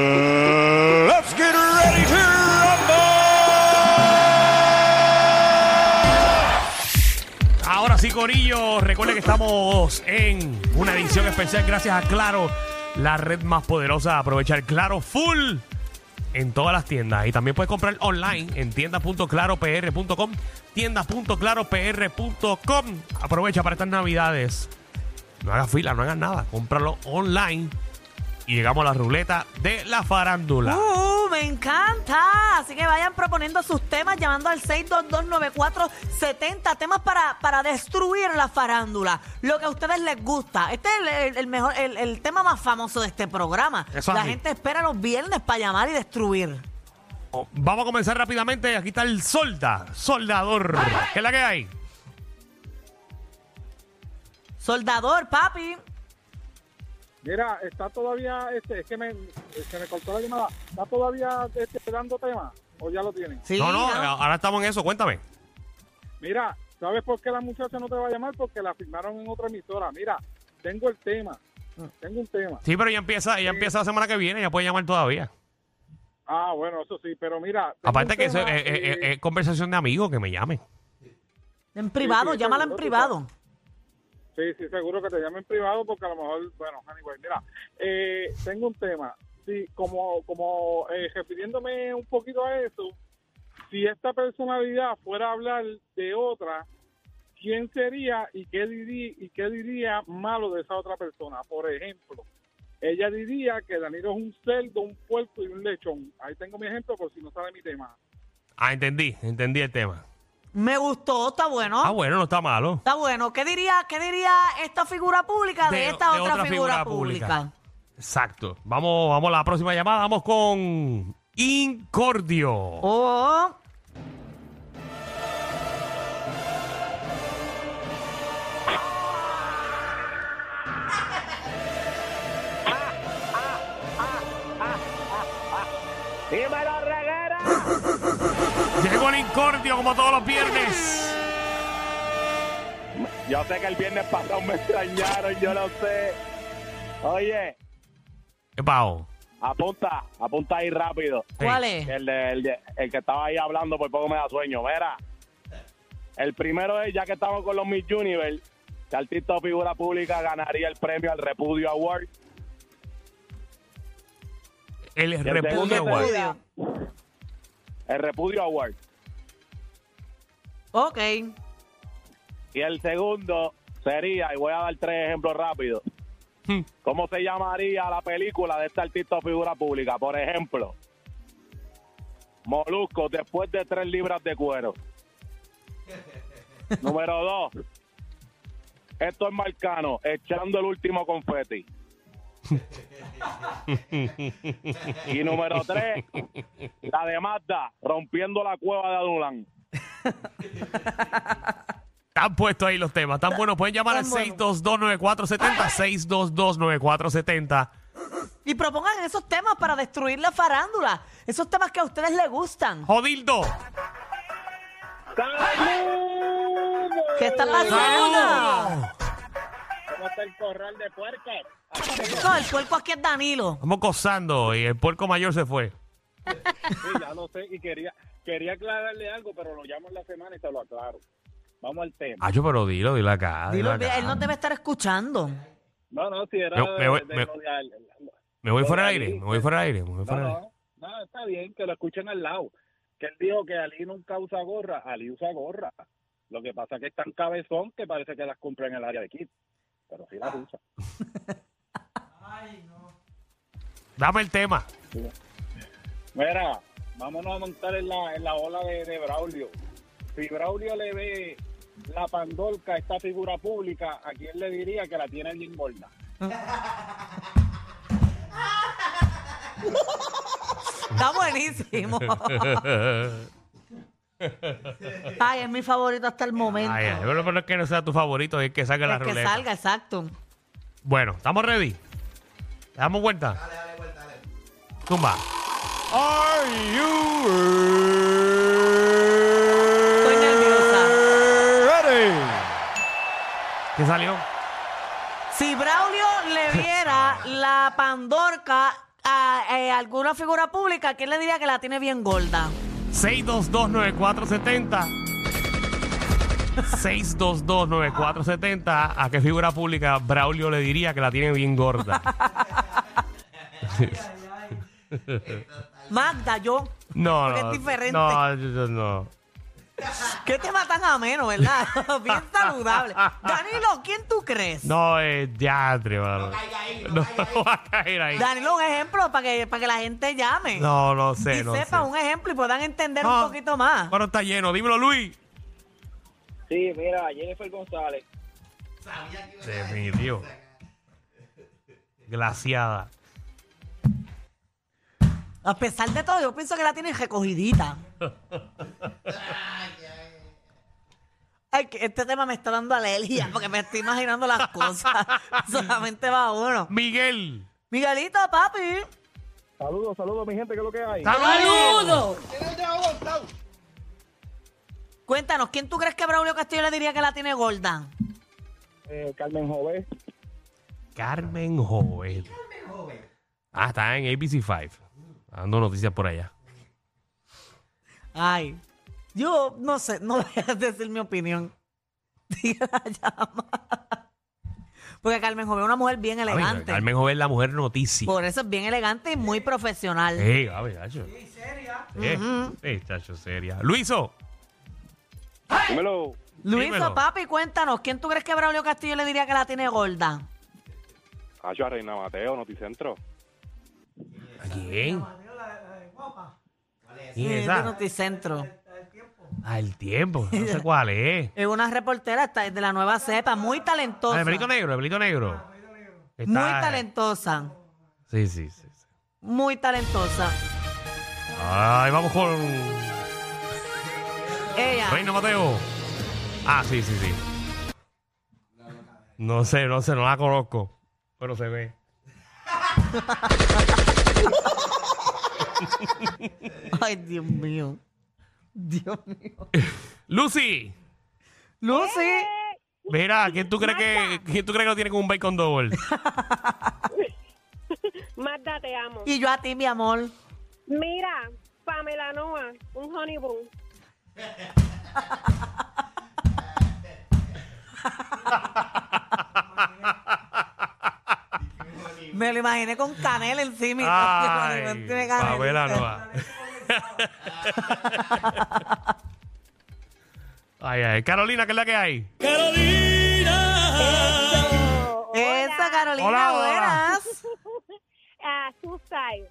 Uh, let's get ready to rumble. Ahora sí, Corillo, recuerde que estamos en una edición especial gracias a Claro, la red más poderosa. Aprovechar Claro Full en todas las tiendas. Y también puedes comprar online en tienda.claropr.com, tienda.claropr.com. Aprovecha para estas navidades. No hagas fila, no hagas nada. Cómpralo online. Y llegamos a la ruleta de la farándula. Uh, me encanta. Así que vayan proponiendo sus temas llamando al 6229470. Temas para, para destruir la farándula. Lo que a ustedes les gusta. Este es el, el- el mejor, el, el tema más famoso de este programa. Eso la así. gente espera los viernes para llamar y destruir. Oh, Vamos a comenzar rápidamente. Aquí está el solda, soldador. ¿Qué es la que hay? Soldador, papi. Mira, está todavía, este, es que me, se me cortó la llamada. ¿Está todavía este, dando tema o ya lo tienen? Sí, no, eh, no, ¿no? ahora estamos en eso, cuéntame. Mira, ¿sabes por qué la muchacha no te va a llamar? Porque la firmaron en otra emisora. Mira, tengo el tema, Ah. tengo un tema. Sí, pero ya empieza, ya empieza la semana que viene, ya puede llamar todavía. Ah, bueno, eso sí, pero mira. tengo Aparte un que eso tema, es, es- eh, es- es conversación de amigos que me llamen. En privado, sí, llámala en seguro, privado. Sí, sí, seguro que te llamen en privado porque a lo mejor, bueno, anyway, mira, eh, tengo un tema. Sí, como, como eh, refiriéndome un poquito a eso, si esta personalidad fuera a hablar de otra, ¿quién sería y qué diría, y qué diría malo de esa otra persona? Por ejemplo, ella diría que Danilo es un cerdo, un puerco y un lechón. Ahí tengo mi ejemplo por si no sabe mi tema. Ah, entendí, entendí el tema. Me gustó, está bueno. Ah, bueno, no está malo. Está bueno. ¿Qué diría, qué diría esta figura pública de, De- esta de otra, otra figura, figura pública? pública? Exacto. Vamos, vamos a la próxima llamada. Vamos con Incordio. Oh. O ¡Dímelo, reguera! Llegó el Incordio como todos los viernes. Yo sé que el viernes pasado me extrañaron, yo lo sé. Oye, ¿Qué pao? apunta, apunta ahí rápido. ¿cuál Sí. es? El, de- el de- el que estaba ahí hablando por poco me da sueño. Mira, el primero es, ya que estamos con los Miss Universe, que artista o figura pública ganaría el premio al Repudio Award. El de- Repudio el de- Award. Estudio. El Repudio Award. Ok. Y el segundo sería, y voy a dar tres ejemplos rápidos. Hmm. ¿Cómo se llamaría la película de este artista o figura pública? Por ejemplo, Molusco, después de tres libras de cuero. Número dos, esto es Marcano, echando el último confeti. y número tres, la de Mazda, rompiendo la cueva de Adulán. Están puestos ahí los temas. Están buenos. Pueden llamar al Están buenos. 6229470. 6229470. Y propongan esos temas para destruir la farándula. Esos temas que a ustedes les gustan. Jodildo. ¿Qué está pasando? ¿Cómo está el corral de puercas? No, el cuerpo aquí es Danilo. Estamos gozando y el puerco mayor se fue. Sí, ya lo sé y quería quería aclararle algo, pero lo llamo en la semana y se lo aclaro. Vamos al tema. Ah, yo, pero dilo, dilo acá. Dilo, Dilo, acá. él no debe estar escuchando. No, no, si era Me- me voy- de- me- de lo de al- Me voy fuera del aire. Me voy fuera del aire. Me voy fuera del aire. No, no, no, está bien que lo escuchen al lado. Que él dijo que Ali nunca usa gorra, Ali usa gorra. Lo que pasa es que es tan cabezón que parece que las compra en el área de kit. Pero sí Ah. las usa. Dame el tema. Mira, vámonos a montar en la, en la ola de, de Braulio. Si Braulio le ve la pandolca a esta figura pública, ¿a quién le diría que la tiene bien gorda? Está buenísimo. Ay, es mi favorito hasta el momento. Ay, ay, bueno, pero es que no sea tu favorito, es que salga la El que ruleta. salga, exacto. Bueno, ¿estamos ready? ¿Le damos vuelta? Dale, dale, vuelta, dale. Tumba. Are you Estoy nerviosa. ready? ¿Qué salió? Si Braulio le viera la pandorca a eh, alguna figura pública, ¿quién le diría que la tiene bien gorda? 6229470. 6229470. ¿A qué figura pública Braulio le diría que la tiene bien gorda? Magda, yo. No, Porque no. es diferente. No, yo- yo no. ¿Qué tema tan ameno, verdad? bien saludable. Danilo, ¿quién tú crees? No, es diatre, mano. No caiga ahí. No, va a caer ahí. Danilo, un ejemplo para que, para que la gente llame. No, no sé, y no sepa sé. un ejemplo y puedan entender No. un poquito más. Bueno, está lleno. Dímelo, Luis. Sí, mira, Jennifer González. Definitivo. Glaciada. A pesar de todo, yo pienso que la tienen recogidita. Ay, que este tema me está dando alergia porque me estoy imaginando las cosas. Solamente va uno. Miguel. Miguelito, papi. Saludos, saludos, mi gente, que es lo que hay? ¡Saludos! Cuéntanos, ¿quién tú crees que Braulio Castillo le diría que la tiene gorda? Eh, Carmen Jové. Carmen Joven. Ah, está en ABC5. Dando noticias por allá. Ay, yo no sé, no voy a decir mi opinión. Tira la llama. Porque Carmen Joven es una mujer bien Ay, elegante. Carmen Eh, Joven es la mujer noticia. Por eso es bien elegante y muy profesional. Sí, Gaby, chacho. Sí, seria. Sí, chacho, seria. Luiso. Dímelo. Luiso, dímelo. papi, cuéntanos, ¿quién tú crees que Braulio Castillo le diría que la tiene gorda? Hacho a Reina Mateo, Noticentro. ¿A quién? ¿Quién Eh, es de esa? Noticentro. Al tiempo. No sé cuál es. Es una reportera está de la nueva cepa, muy Ah, talentosa. el pelito negro, el pelito negro. Está- Muy talentosa. Sí, sí, sí. sí. Muy talentosa. Ay, vamos con Ella. Reina Mateo. Ah, sí, sí, sí. No sé, no sé, no la conozco. Pero se ve. Ay, Dios mío. Dios mío. Lucy. Lucy. Eh. Mira, ¿quién tú crees que quién tú crees que lo tiene con un bacon double? Magda, te amo. Y yo a ti, mi amor. Mira, Pamela Noa, un honey bun. Me lo imaginé con canela encima. y Ay, no tiene canela. Pamela Noa. Ay, ay, Carolina, ¿qué es la que hay? Esa, Carolina, Hola, hola. buenas. Ah, Susai.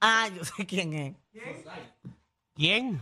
Ah, yo sé quién es. ¿Quién?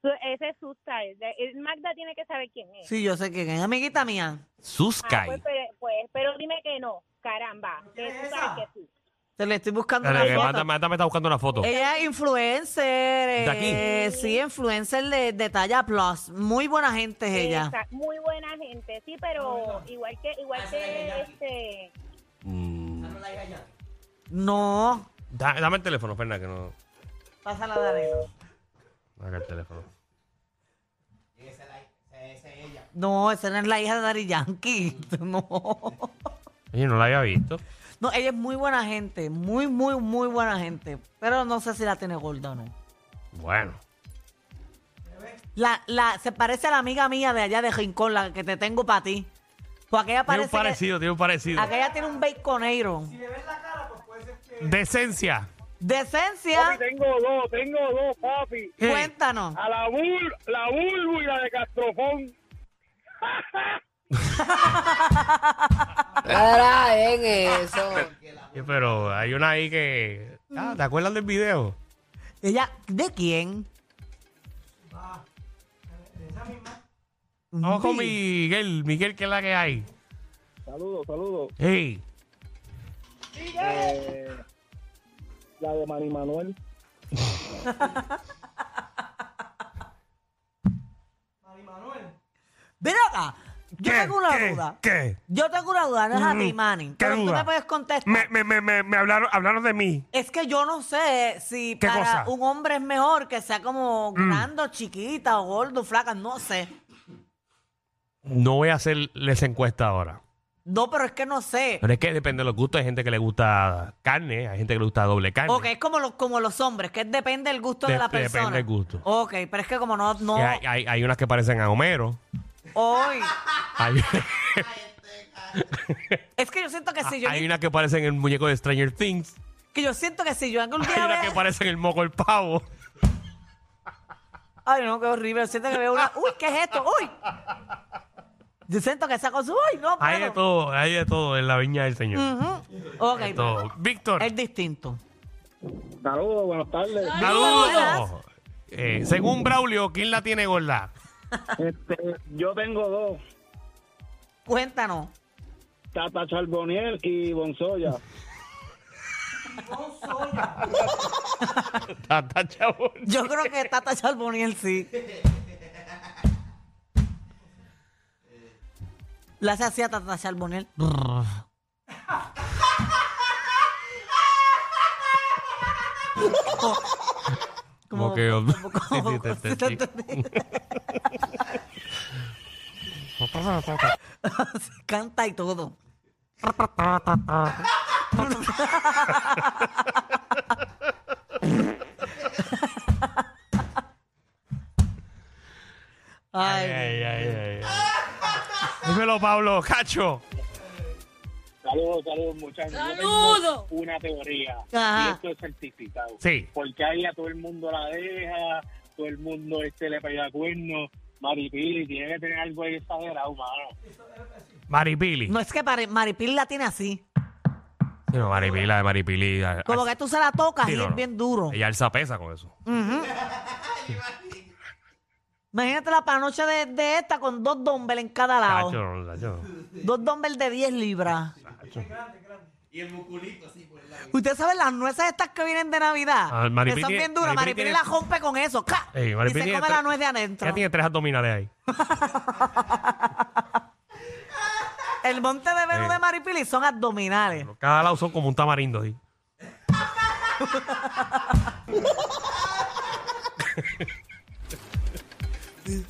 Su- Ese es Susai. De- el- Magda tiene que saber quién es. Sí, yo sé quién es. Amiguita mía, Ah, Suskai. pues, pero, pues, pero dime que no. Caramba. Que tú sabes que sí. te le estoy buscando Espérate, que pues, la Magda, foto. Magda me está buscando una foto. Ella es influencer. ¿De aquí? eh, sí, influencer de, de talla plus. Muy buena gente es ella. Esa- muy buena gente. Sí, pero igual que, igual que este. No. Da- dame el teléfono, Fernan, que no. Pásala, Darelo. Acá el teléfono. No, esa no es la hija de Dari Yankee. No. Oye, no la había visto. No, ella es muy buena gente. Muy, muy, muy buena gente. Pero no sé si la tiene gorda o no. Bueno. La, la, se parece a la amiga mía de allá de Rincón, la que te tengo para ti. Pues aquella Tiene un parece. que- parecido, tiene un parecido. aquella tiene un baconero. Decencia. Decencia, Ah, tengo dos, tengo dos, papi. ¿Qué? cuéntanos. A la bul, la bulbo y la de Castrofón. Oye, Pero hay una ahí que. Ah, ¿te acuerdas del video? Ella, ¿de quién? Ah, Vamos con Miguel. Miguel, ¿qué es la que hay? Saludos, saludos. Hey. Eh, la de Mari Manuel. Ven acá. Yo ¿Qué? tengo una ¿Qué? duda. ¿Qué? Yo tengo una duda, no es a ti, Mm, Manny. ¿qué Pero tú duda? me puedes contestar. Me, me, me, me, me hablaron, hablaron de mí. Es que yo no sé si ¿Qué cosa? para Mm. un hombre es mejor que sea como grande o chiquita o gordo, flaca, no sé. No voy a hacerles encuesta ahora. No, pero es que no sé. Pero es que depende de los gustos. Hay gente que le gusta carne, hay gente que le gusta doble carne. Eh, Ok, es como los, como los hombres, que depende del gusto de, De- la depende persona. del gusto. Ok, pero es que como no, no, Y Hay, hay- hay unas que parecen a Homero. hoy. Hay, Es que yo siento que si yo, Ah, hay unas que parecen el muñeco de Stranger Things. que yo siento que si yo algún Hay día unas veo, que parecen el moco el pavo. ay no, qué horrible, yo siento que veo una, uy, ¿qué es esto? Uy. Yo siento que esa cosa, uy, no, Hay de pero- todo, hay de todo en la viña del Señor. Ujú. Ok, De todo. Víctor, es distinto. Saludos, buenas tardes. saludos. Eh, según Braulio, ¿quién la tiene gorda? Este, yo tengo dos, Cuéntanos. Tata Charboniel y Bonzoya. Tata Chabón. Yo creo que Tata Charboniel sí. La hace así a Tata Charboniel. Como que- como- como- Sí, sí, te- te- sí, te entendí. Canta y todo. Ay, ay, Ay, ay, ay. Dímelo, Pablo, cacho. Saludos, saludos, muchachos. Yo tengo Saludos. Una teoría, Ajá. y esto es certificado. Sí. Porque ahí a todo el mundo la deja, todo el mundo este le pega cuernos. Maripili tiene que tener algo ahí exagerado, mano. Maripili. no es que Mari- Maripil la tiene así. Sí, no, Maripili, la de Maripili. al- Como que tú se la tocas Sí, y no, es no. bien duro. Ella alza pesa con eso. Ujú. Imagínate la panocha de, de esta con dos dumbbell en cada lado. Cacho, no, cacho. Dos dumbbell de 10 libras. Y el musculito así Ustedes saben las nueces estas que vienen de Navidad. Ah, el que Maripil son tiene- bien duras. Maripil Maripil tiene- la rompe con eso. ¡ca! Ey, y Maripili se tiene come tres- la nuez de adentro. Ella tiene tres abdominales ahí. El monte de Venus Sí. de Maripili son abdominales. Cada lado son como un tamarindo ahí.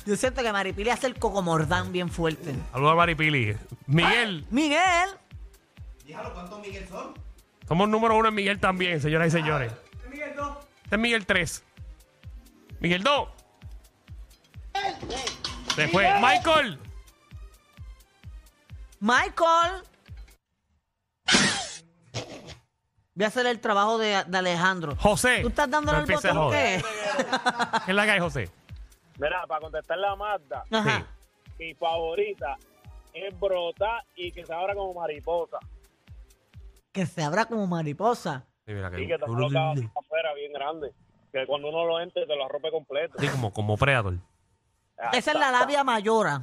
Yo siento que Maripili hace el cocomordán bien fuerte. Saludos a Maripili. Miguel, Miguel, somos número uno en Miguel también, señoras y señores. Este es Miguel 3. Miguel 2. Se fue. Michael. Michael. Voy a hacer el trabajo de, de Alejandro. José. Tú estás dándole No al empieces a botón joder. que. ¿Qué es la que hay, José? Mira, para contestar la Mazda, Ajá. Sí. mi favorita es brotar y que se abra como mariposa. Que se abra como mariposa. Sí, mira que- Y que te lo haga así afuera bien grande. Que cuando uno lo entre, te lo arrope completo. Sí, como, como Predator. Esa es la labia mayora.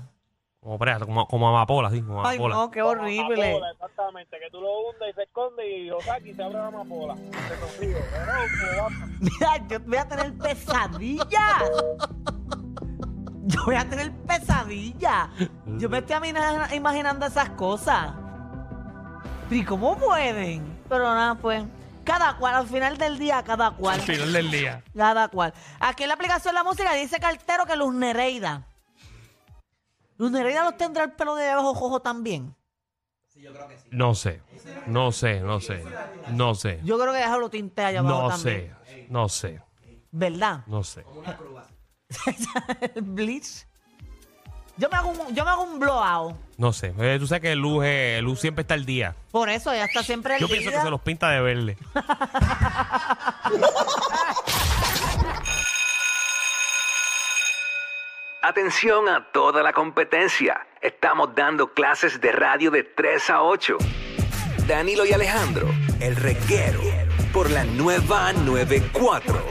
Como Predator, como, como Amapola, sí, como Ay, Amapola. no, qué horrible. Amapola, exactamente, que tú lo hundes y se esconde y Osaki se abre la amapola. Se consigue. Pero, como va- Mira, yo voy a tener pesadillas. Yo voy a tener pesadillas. Yo me estoy amina- imaginando esas cosas. ¿Y cómo pueden? Pero nada, pues. Cada cual, al final del día, cada cual. Al final del día. Cada cual. Aquí en la aplicación La Música dice Cartero que Luz Nereida. Luz Nereida los tendrá el pelo de debajo ojo también. No sé. No sé, no sé. No sé. Yo creo que deja lo tintea allá abajo No también. sé. No sé. ¿Verdad? No sé. El bleach. Yo me hago un, yo me hago un blowout. No sé. Eh, tú sabes que Luz, eh, Luz siempre está al día. Por eso ella está siempre Yo al pienso que día. se los pinta de verde. Atención a toda la competencia. Estamos dando clases de radio de 3 a 8. Danilo y Alejandro, el reguero, por la nueva 94.